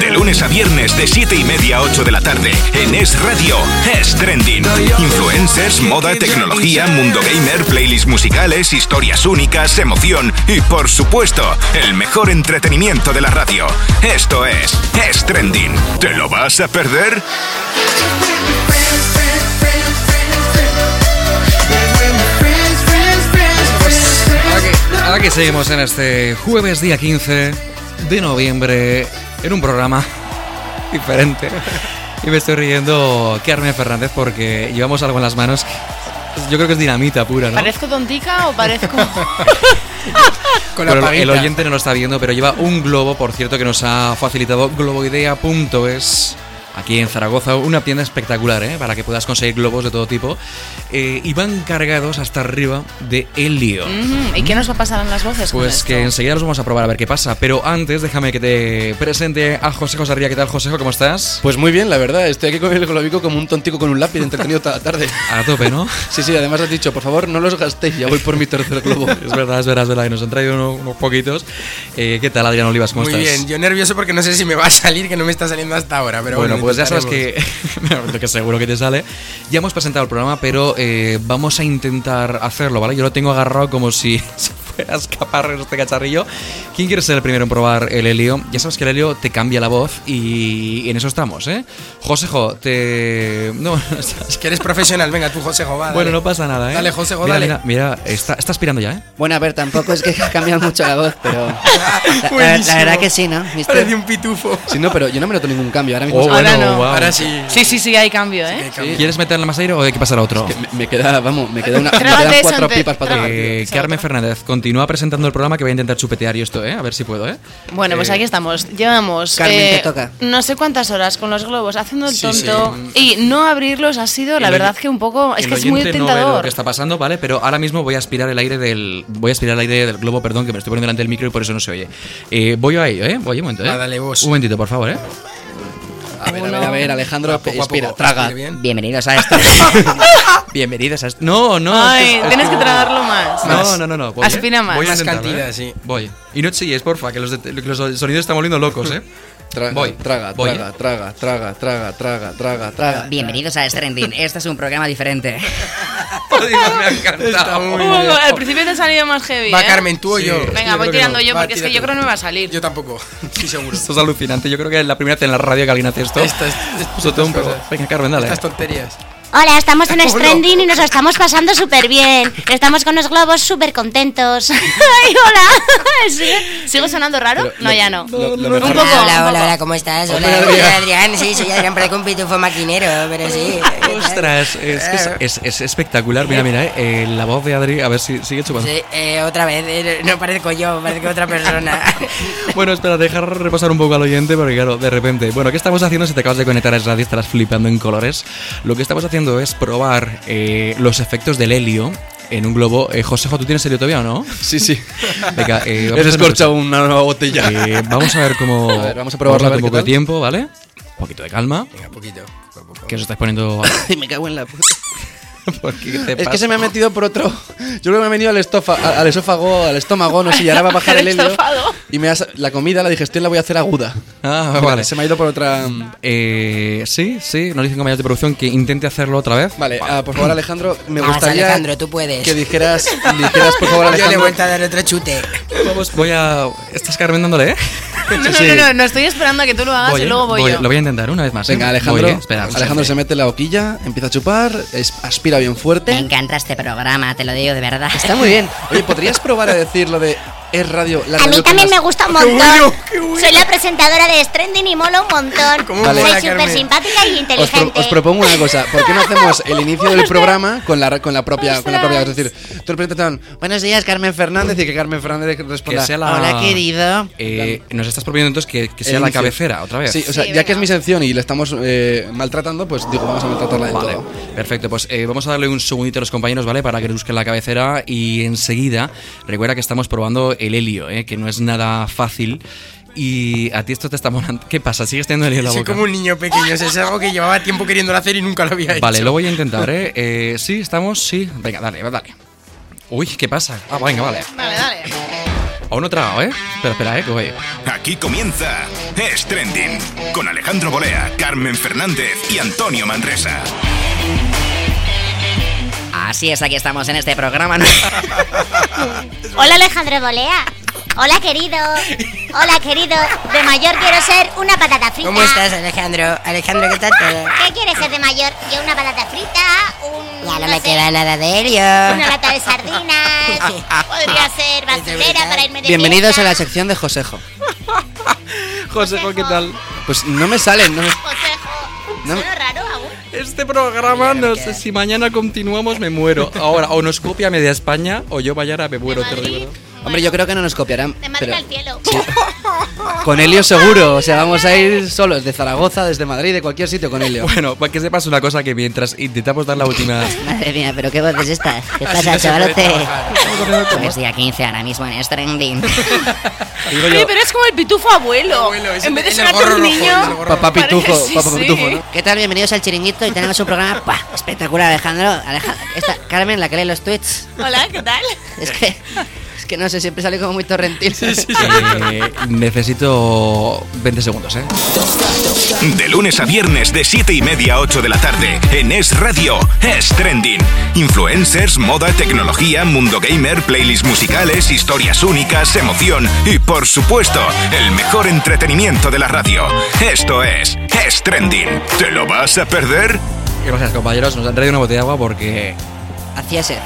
De lunes a viernes de 7 y media a 8 de la tarde en Es Radio, Es Trending. Influencers, moda, tecnología, mundo gamer, playlists musicales, historias únicas, emoción y por supuesto el mejor entretenimiento de la radio. Esto es Es Trending. ¿Te lo vas a perder? Ahora que seguimos en este jueves día 15 de noviembre en un programa diferente. Y me estoy riendo Carmen Fernández porque llevamos algo en las manos que yo creo que es dinamita pura, ¿no? ¿Parezco tontica o parezco.? Con la Bueno, paguita. el oyente no lo está viendo, pero lleva un globo, por cierto, que nos ha facilitado globoidea.es. Aquí en Zaragoza, una tienda espectacular, ¿eh? Para que puedas conseguir globos de todo tipo. Eh, y van cargados hasta arriba de helio. Mm, ¿Y qué nos va a pasar en las voces? con Pues esto? que enseguida los vamos a probar a ver qué pasa. Pero antes, déjame que te presente a José José Ría. ¿Qué tal, José? ¿Cómo estás? Pues muy bien, la verdad. Estoy aquí con el globico como un tontico con un lápiz entretenido toda la tarde. A tope, ¿no? Sí, sí, además has dicho, por favor, no los gastéis, ya voy por mi tercer globo. Es verdad, es verdad, es verdad. Y nos han traído uno- unos poquitos. Eh, ¿Qué tal, Adrián Olivas? ¿Cómo Muy estás? bien, yo nervioso porque no sé si me va a salir, que no me está saliendo hasta ahora, pero bueno. bueno, pues ya sabes intentaremos. que, lo que seguro que te sale. Ya hemos presentado el programa, pero eh, vamos a intentar hacerlo, ¿vale? Yo lo tengo agarrado como si se fuera a escapar este cacharrillo. ¿Quién quiere ser el primero en probar el helio? Ya sabes que el helio te cambia la voz y en eso estamos, ¿eh? Josejo, te... No, no estás- Es que eres profesional, venga tú, José Jová. Bueno, pues, no pasa nada, ¿eh? Ah, Dale, Josejo, Mira, dale. Mira, mira, está, está aspirando ya, ¿eh? Bueno, a ver, tampoco es que ha cambiado mucho la voz, pero. Ah, La, la- la Buenísimo. verdad que sí, ¿no? mister? Parece un pitufo. Sí, no, pero yo no me noto ningún cambio. Ahora mismo Oh, Ahora bueno, no. wow. Ahora sí. Sí, sí, sí, hay cambio, ¿eh? Sí. ¿Quieres meterle más aire o hay que pasar a otro? que me, me queda, vamos, me, queda una, me Trágate quedan eso cuatro antes, pipas para trágate. tomar. Ah, Eh, Esa Carmen otra. Fernández, continúa presentando el programa que voy a intentar chupetear yo esto, ¿eh? A ver si puedo, ¿eh? Bueno, pues Eh, aquí estamos. Llevamos eh, Carmen, te toca. no sé cuántas horas con los globos haciendo el Sí, sí. tonto y no abrirlos ha sido, la El verdad, oy- que un poco. Es el que es muy oyente No ve lo tentador. que está pasando, ¿vale? Pero ahora mismo voy a aspirar el aire del. Voy a aspirar el aire del globo, perdón, que me estoy poniendo delante del micro y por eso no se oye. Eh, voy a ello, ¿eh? Voy un momento, ¿eh? Va, dale vos. Un momentito, por favor, ¿eh? A ver, a ver, a ver, Alejandro, pues, poco a espera, poco, traga. respire bien. Bienvenidos a esto. Bienvenidos a. este- est- No, no. es- Ay, es tienes que como- tragarlo más. No, no, no, no. voy, ¿eh? Aspira más. Voy a Más intentarlo, cantidad, ¿eh? sí. Voy. Y no chilles, porfa, que los, det- que los sonidos están volviendo locos, ¿eh? Traga, Voy. traga, Voy, traga, traga, traga, traga, traga, traga, traga. Bienvenidos a Stranding. Este es un programa diferente. me Está ha encantado. muy Un poco, bien. Uh, al principio te ha salido más heavy. Va ¿eh? Carmen, tú Sí. o yo. Venga, Venga, voy creo que tirando no. yo Va, porque es que tira yo tú. creo que no me va a salir. Yo tampoco, sí seguro. Esto es alucinante. Yo creo que es la primera vez en la radio que alguien hace esto. Esto es- Sobre todo un estas poco. cosas. Venga, Carmen, dale. Estas tonterías. Hola, estamos en ¿Cómo no? Stranding y nos lo estamos pasando súper bien. Estamos con los globos súper contentos. ¡Ay, hola! Sí. ¿Sigo sonando raro? Pero no, lo- ya no. lo- lo un mejor- poco. Hola, un hola, poco. hola, ¿cómo estás? Hola, Hola, soy Adrián. Adrián, sí, soy Adrián Pareco, un pitufo maquinero, pero sí. Ostras, es, que es, es- es espectacular. Mira, mira, eh, eh, la voz de Adri, a ver si sigue chupando. Sí, eh, otra vez, eh, no parezco yo, parezco otra persona. Bueno, espera, dejar reposar un poco al oyente porque, claro, de repente. Bueno, ¿qué estamos haciendo? Si te acabas de conectar a Es radio, estarás flipando en colores. Lo que estamos haciendo es probar eh, los efectos del helio en un globo. Eh, Josejo, ¿tú tienes helio todavía o no? Sí, sí. Venga, eh, vamos a Les hacer una escorcha una nueva botella. cosa. Eh, vamos a ver cómo. A ver, vamos a probarlo, con a ver un qué poco de tal. tiempo, ¿vale? Un poquito de calma. Venga, poquito. poco a poco. Que os estáis poniendo. Ay, me cago en la puta. ¿Por qué? ¿Qué te Es pasa? que se me ha metido por otro. Yo creo que me ha venido al, estofa, a- al esófago, al estómago, no sé, y ahora va a bajar Al el helio. estófago. Y me ha sa- la comida, la digestión la voy a hacer aguda. Ah, vale. Se me ha ido por otra. mm, Eh, sí, sí, nos dicen compañeros de producción que intente hacerlo otra vez. Vale, ah, por favor, Alejandro, me Vamos, gustaría. Alejandro, tú puedes. Que dijeras, dijeras, por favor, Yo le he Alejandro. vuelto a dar otro chute. Vamos, voy a. ¿Estás carmendándole, eh? No, no, no, no, no, estoy esperando a que tú lo hagas Voy, y eh, Ah, luego voy, yo. Lo voy a intentar una vez más. eh. Venga, Alejandro. Voy, eh, espera, un Alejandro se segundo. mete la boquilla, empieza a chupar, es- aspira bien Me fuerte. encanta este programa, te lo digo de verdad. Está muy bien. Oye, ¿podrías probar a decir lo de es radio? La A mí radio también que me más- gusta un montón. Soy la presentadora de Stranding y mola un montón. ¿Cómo Vale. mola, Soy súper Carmen? simpática y Os, pro- inteligente. os propongo una cosa, ¿por qué no hacemos el inicio del programa con la, con la propia, con la propia, es decir, tú presentas buenos días Carmen Fernández y que Carmen Fernández Que responda sea la- Hola, querido. Eh, nos estás proponiendo entonces que, que El sea la inicio. cabecera otra vez. Sí, o sea, Sí, ya que es venga. mi sección y la estamos eh, maltratando, pues digo, vamos a maltratarla de Vale, todo. perfecto. Pues eh, vamos a darle un segundito a los compañeros, ¿vale? Para que busquen la cabecera y enseguida recuerda que estamos probando el helio, ¿eh? Que no es nada fácil. Y a ti esto te está molando. ¿Qué pasa? ¿Sigues teniendo helio en la Soy boca? como un niño pequeño, o sea, es algo que llevaba tiempo queriéndolo hacer y nunca lo había hecho. Vale, lo voy a intentar, ¿eh? Eh, Sí, estamos, sí. Venga, dale, dale. Uy, ¿qué pasa? Ah, venga, vale. Vale, dale. Aún no he tragado, ¿eh? Espera, espera, ¿eh? Que voy. Aquí comienza Es Trending con Alejandro Bolea, Carmen Fernández y Antonio Manresa. Así es, aquí estamos en este programa. ¿no? Hola Alejandro Bolea. Hola querido. Hola querido. De mayor quiero ser una patata frita. ¿Cómo estás, Alejandro? Alejandro, ¿qué tal todo? ¿Qué quieres ser de mayor? Yo una patata frita, un Ya no no me sé, queda nada de ello. una lata de sardinas. Podría ser basurera para irme de Bienvenidos a fiesta. la sección de Josejo. José, ¿qué tal? Pues no me salen, no me- Consejo. No. Suena raro aún. Este programa, no sé si mañana continuamos, me muero. Ahora, o nos copia media España, o yo mañana me muero, de te lo digo. Madrid. Hombre, yo creo que no nos copiarán. De Madrid Pero al cielo. con Helio seguro. O sea, vamos a ir solos, de Zaragoza, desde Madrid, de cualquier sitio con Helio. Bueno, para que sepas una cosa que mientras intentamos dar la última... Madre mía, pero qué voz es esta. Así ¿Qué no pasa, se puede chavalote? trabajar. Pues día 15 ahora mismo en este Stranding. Digo Oye, yo, pero es como el pitufo abuelo. Abuelo, ese en vez de en ser el gorro un rojo, en el niño. gorro Papá parece- Pitufo, sí, papá sí. Pitufo, ¿no? ¿Qué tal? Bienvenidos al Chiringuito y tenemos un programa ¡pua! espectacular, Alejandro. Aleja- esta, Carmen, la que lee los tweets. Hola, ¿qué tal? Es que, es que no sé, siempre sale como muy torrentil. eh, necesito 20 segundos, ¿eh? De lunes a viernes de 7 y media a 8 de la tarde en Es Radio, Es Trending. Influencers, moda, tecnología, mundo gamer, playlists musicales, historias únicas, emoción y por supuesto el mejor entretenimiento de la radio. Esto es Es Trending. ¿Te lo vas a perder? Gracias, compañeros. Nos han traído una botella de agua porque... Hacía sed.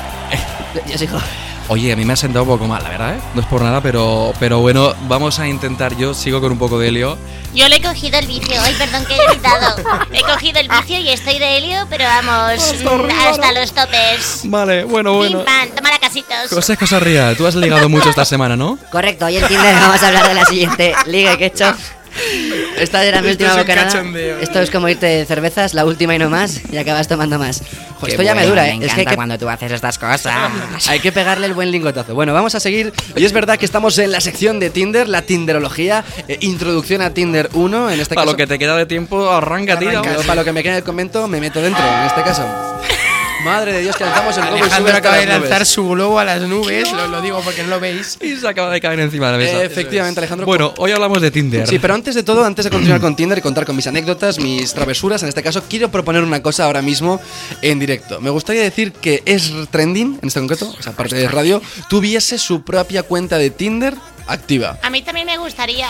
Yo soy joven. Oye, a mí me ha sentado un poco mal, la verdad, ¿eh? No es por nada, pero, pero bueno, vamos a intentar. Yo sigo con un poco de helio. Yo le he cogido el vicio. Ay, perdón que he gritado. He cogido el vicio y estoy de helio, pero vamos, mm, hasta los topes. Vale, bueno, Pim pam, toma la casitos. José Casarría, tú has ligado mucho esta semana, ¿no? Correcto, hoy en Tinder vamos a hablar de la siguiente liga que he hecho. Esta era mi Esto última es un bocanada. cachondeo. ¿eh? Esto es como irte de cervezas, la última y no más, y acabas tomando más. Jo, Qué esto ya me bueno, dura, me ¿eh? es que, encanta cuando tú haces estas cosas. Hay que pegarle el buen lingotazo. Bueno, vamos a seguir. Hoy es verdad que estamos en la sección de Tinder, la Tinderología, eh, introducción a Tinder 1, en este Para caso. lo que te queda de tiempo, arranca, tío. Yo, para lo que me queda en el convento, me meto dentro, en este caso. Madre de Dios, que lanzamos el globo y sube Alejandro acaba acá de las lanzar nubes. su globo a las nubes, lo, lo digo porque no lo veis. Y se acaba de caer encima de la mesa. Eh, Efectivamente, Alejandro. pues- Bueno, hoy hablamos de Tinder. Sí, pero antes de todo, antes de continuar con Tinder y contar con mis anécdotas, mis travesuras, en este caso, quiero proponer una cosa ahora mismo en directo. Me gustaría decir que es trending, en este concreto, o sea, aparte de radio, tuviese su propia cuenta de Tinder activa. A mí también me gustaría.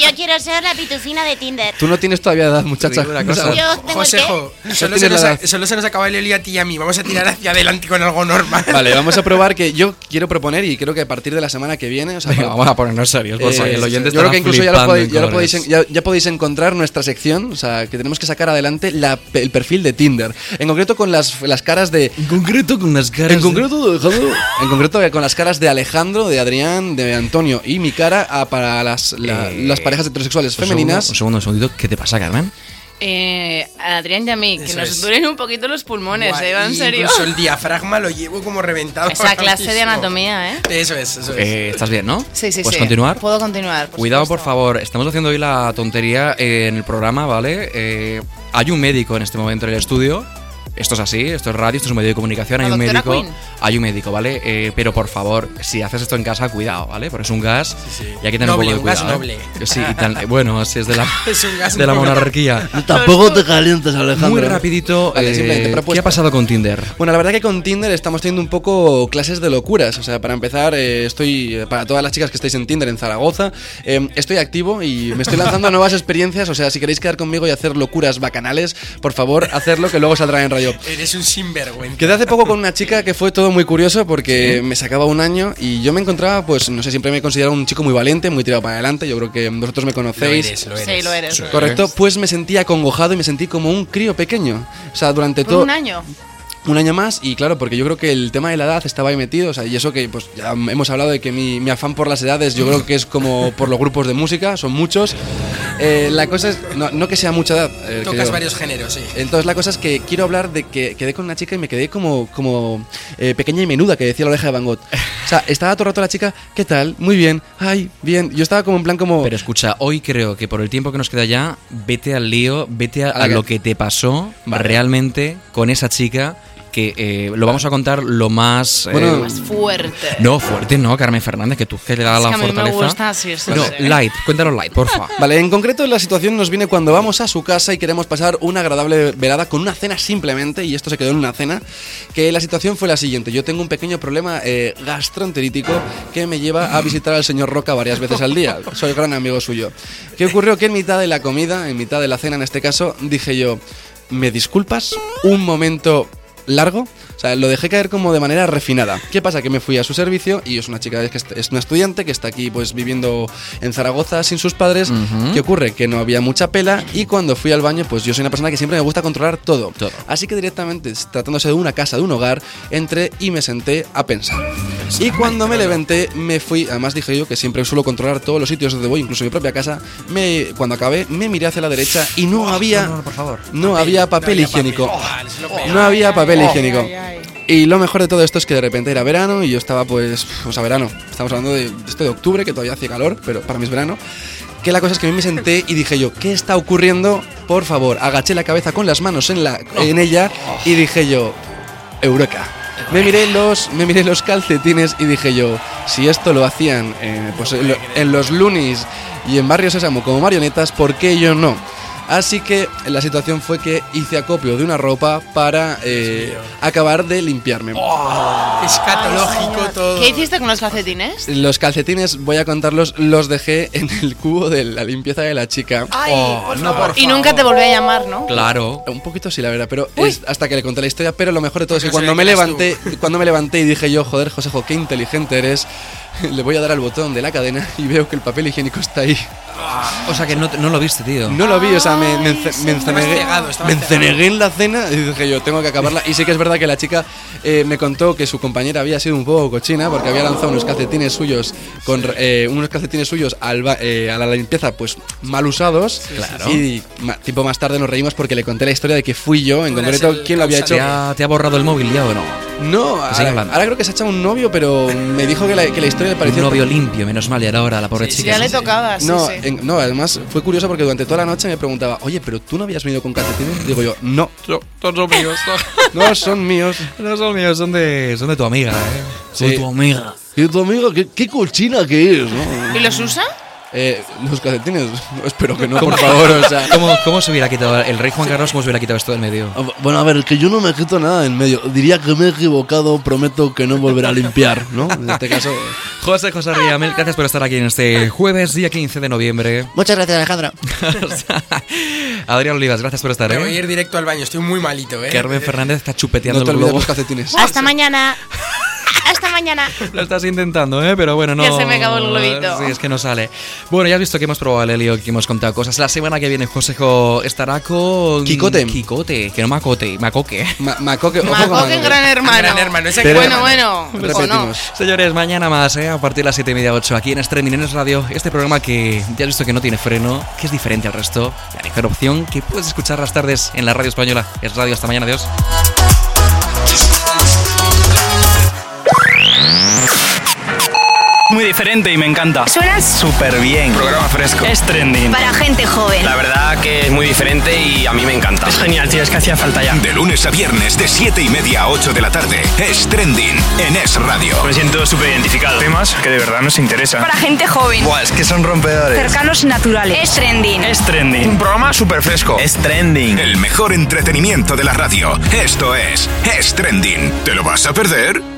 Yo quiero ser la pitufina de Tinder. Tú no tienes todavía edad, muchacha. Te digo una cosa. O sea, Yo tengo el qué. Josejo, solo tienes se, nos la a- edad. solo se nos acaba el lío a ti y a mí. Vamos a tirar hacia adelante con algo normal. Vale, vamos a probar que yo quiero proponer y creo que a partir de la semana que viene, o sea, Venga, pro- vamos a ponernos serios, por Eh, favor, que el oyente yo creo que estará incluso ya, lo flipando podéis, en ya, lo colores. podéis en- ya- ya podéis encontrar nuestra sección, o sea, que tenemos que sacar adelante la, pe- el perfil de Tinder. En concreto con las, las caras de... En concreto con las caras. En de- concreto, Alejandro, en concreto eh, con las caras de Alejandro, de Adrián, de Antonio y mi cara ah, para las, la- Eh, las parejas heterosexuales Un femeninas. segundo, Un segundo, un segundito. ¿Qué te pasa, Carmen? Eh, a Adrián y a mí, que Eso nos es. duren un poquito los pulmones, Guau, ¿eh? Va, en y serio. Incluso el diafragma lo llevo como reventado. Esa ahora clase de mismo. anatomía, ¿eh? Eso es, eso es. Pues- Eh, ¿Estás bien, no? Sí, sí, ¿Puedes sí. continuar? Puedo continuar. por Cuidado, por supuesto. favor. Estamos haciendo hoy la tontería eh, en el programa, ¿vale? Eh, hay un médico en este momento en el estudio. Esto es así, esto es radio, esto es un medio de comunicación, La hay un doctora médico. Quinn. Hay un médico, ¿vale? Eh, pero por favor, si haces esto en casa, cuidado, ¿vale? Porque es un gas y hay que tener Noble, un poco de un gas cuidado. ¿eh? Sí, y tan- bueno, así es de la, Es un gas de la noble. monarquía. Tampoco te calientes, Alejandro. Muy rapidito, Vale, eh, simplemente ¿qué propuesta. ha pasado con Tinder? Bueno, la verdad que con Tinder estamos teniendo un poco clases de locuras. O sea, para empezar, eh, estoy, eh, para todas las chicas que estáis en Tinder en Zaragoza, eh, estoy activo y me estoy lanzando a nuevas experiencias. O sea, si queréis quedar conmigo y hacer locuras bacanales, por favor, hacerlo que luego saldrá en radio. Eres un sinvergüenza. Quedé hace poco con una chica que fue todo muy curioso porque me sacaba un año y yo me encontraba, pues, no sé, siempre me he considerado un chico muy valiente, muy tirado para adelante. Yo creo que vosotros me Lo conocéis. eres, lo eres. Sí, lo eres. Correcto, pues me sentía acongojado y me sentí como un crío pequeño. O sea, durante Por todo un año. un año más y claro, porque yo creo que el tema de la edad estaba ahí metido, o sea, y eso que pues ya hemos hablado de que mi, mi afán por las edades yo creo que es como por los grupos de música, son muchos. Eh, la cosa es, no, no que sea mucha edad. eh, Tocas creo. varios géneros, sí. Entonces la cosa es que quiero hablar de que quedé con una chica y me quedé como, como eh, pequeña y menuda, que decía la oreja de Van Gogh. O sea, estaba todo el rato la chica, ¿qué tal? Muy bien, ay, bien. Yo estaba como en plan como... Pero escucha, hoy creo que por el tiempo que nos queda ya, vete al lío, vete a, A la a lo que que- te pasó Vale. realmente con esa chica. que eh, lo vamos a contar lo más. eh, Bueno, Más fuerte. no, fuerte no, Carmen Fernández, que tú que le das Es la que a mí me fortaleza. gusta así, sí, no, sí. light, cuéntalo light, porfa. Vale, en concreto la situación nos viene cuando vamos a su casa y queremos pasar una agradable velada con una cena simplemente, y esto se quedó en una cena, que la situación fue la siguiente. Yo tengo un pequeño problema eh, gastroenterítico que me lleva a visitar al señor Roca varias veces al día. Soy gran amigo suyo. ¿Qué ocurrió? Que en mitad de la comida, en mitad de la cena en este caso, dije yo, ¿me disculpas un momento largo. O sea, lo dejé caer como de manera refinada. ¿Qué pasa? Que me fui a su servicio y es una chica, que est- es una estudiante que está aquí pues viviendo en Zaragoza sin sus padres. ¿Qué ocurre? Que no había mucha pela y cuando fui al baño pues yo soy una persona que siempre me gusta controlar todo. Así que directamente, tratándose de una casa, de un hogar, entré y me senté a pensar. Y cuando me levanté me fui, además dije yo que siempre suelo controlar todos los sitios donde voy, incluso mi propia casa, me, cuando acabé me miré hacia la derecha y Oh, no había... por favor. No había papel había papel. higiénico. Oh, es lo peor. No había papel higiénico. Y lo mejor de todo esto es que de repente era verano y yo estaba pues, o sea, verano. Estamos hablando de esto de octubre, que todavía hace calor, pero para mí es verano. Que la cosa es que a mí me senté y dije yo, ¿qué está ocurriendo? Por favor, agaché la cabeza con las manos en, la, en ella y dije yo, Eureka. Me miré, los, me miré los calcetines y dije yo, si esto lo hacían eh, pues en, lo- en los Lunis y en Barrio Sésamo como marionetas, ¿por qué yo no? Así que la situación fue que hice acopio de una ropa para eh, acabar de limpiarme. Escatológico todo. ¿Qué hiciste con los calcetines? Los calcetines, voy a contarlos, los dejé en el cubo de la limpieza de la chica. Y nunca te volví a llamar, ¿no? Claro. Un poquito sí, la verdad, pero es hasta que le conté la historia, pero lo mejor de todo es que Porque cuando me no se lo levanté, cuando me levanté y dije yo, joder, Josejo, qué inteligente eres, le voy a dar al botón de la cadena y veo que el papel higiénico está ahí. O sea que no, no lo viste, tío. No lo vi, o sea, me, me, ence- me Estabas encenegué, cegado, estabas me encenegué en la cena y dije yo, tengo que acabarla. Y sí que es verdad que la chica eh, me contó que su compañera había sido un poco cochina porque había lanzado unos calcetines suyos con eh, unos calcetines suyos al ba- eh, a la limpieza, pues mal usados. Claro. Y ma- tiempo más tarde nos reímos porque le conté la historia de que fui yo, en Tú eras concreto, el quién lo había hecho. ¿Te ha, te ha borrado el móvil ya o no? Un No, Pues Sigue ahora, hablando. ahora creo que se ha echado un novio, pero me dijo que la, que la historia le pareció novio limpio, menos mal, y ahora la pobre Sí, sí, chica. Ya le tocaba, sí, No, sí. en- no, además fue curioso porque durante toda la noche me preguntaba, oye, pero tú no habías venido con calcetines. Digo yo, no, son míos. no son míos. No son míos, son de, son de tu amiga, ¿eh? Son Sí. tu amiga. Y tu amigo, qué, qué cochina que es, ¿no? ¿Y los usa? Eh, los calcetines, espero que no, por favor, o sea. ¿Cómo, ¿Cómo se hubiera quitado el rey Juan Carlos? ¿Cómo se hubiera quitado esto del medio? Bueno, a ver, que yo no me quito nada en medio. Diría que me he equivocado, prometo que no volverá a limpiar, ¿no? En este caso. José José Riamel, gracias por estar aquí en este jueves, día 15 de noviembre. Muchas gracias, Alejandro. Adrián Olivas, gracias por estar, Me voy a ¿eh? ir directo al baño, estoy muy malito, ¿eh? Carmen Fernández está chupeteando No te el olvides globo. los calcetines. Hasta mañana. Hasta mañana. Lo estás intentando, ¿eh? Pero bueno, no. Ya se me acabó el globito. Sí, es que no sale. Bueno, ya has visto que hemos probado el helio, que hemos contado cosas. La semana que viene Josejo estará con. Quicote. Quicote, que no macote, macoque. Ma- macoque, ojo con Macoque en macoque. Gran Hermano. Gran Hermano, ese Bueno, Gran bueno. ¿O no? Repetimos. Señores, mañana más, ¿eh? A partir de las 7 y media 8 aquí en Streaming en Es Radio. Este programa que ya has visto que no tiene freno, que es diferente al resto. La mejor opción que puedes escuchar las tardes en la radio española. Es Radio, hasta mañana, adiós. Muy diferente y me encanta. Suenas Súper bien. Programa fresco. Es trending. para gente joven. La verdad que es muy diferente y a mí me encanta. Es genial, tío, es que hacía falta ya. De lunes a viernes de 7 y media a 8 de la tarde. Es trending en Es Radio. Me siento súper identificado. Temas que de verdad nos interesan. Para gente joven. Buah, es que son rompedores. Cercanos naturales. Es trending. Es trending. Un programa súper fresco. Es trending. El mejor entretenimiento de la radio. Esto es Es trending. ¿Te lo vas a perder?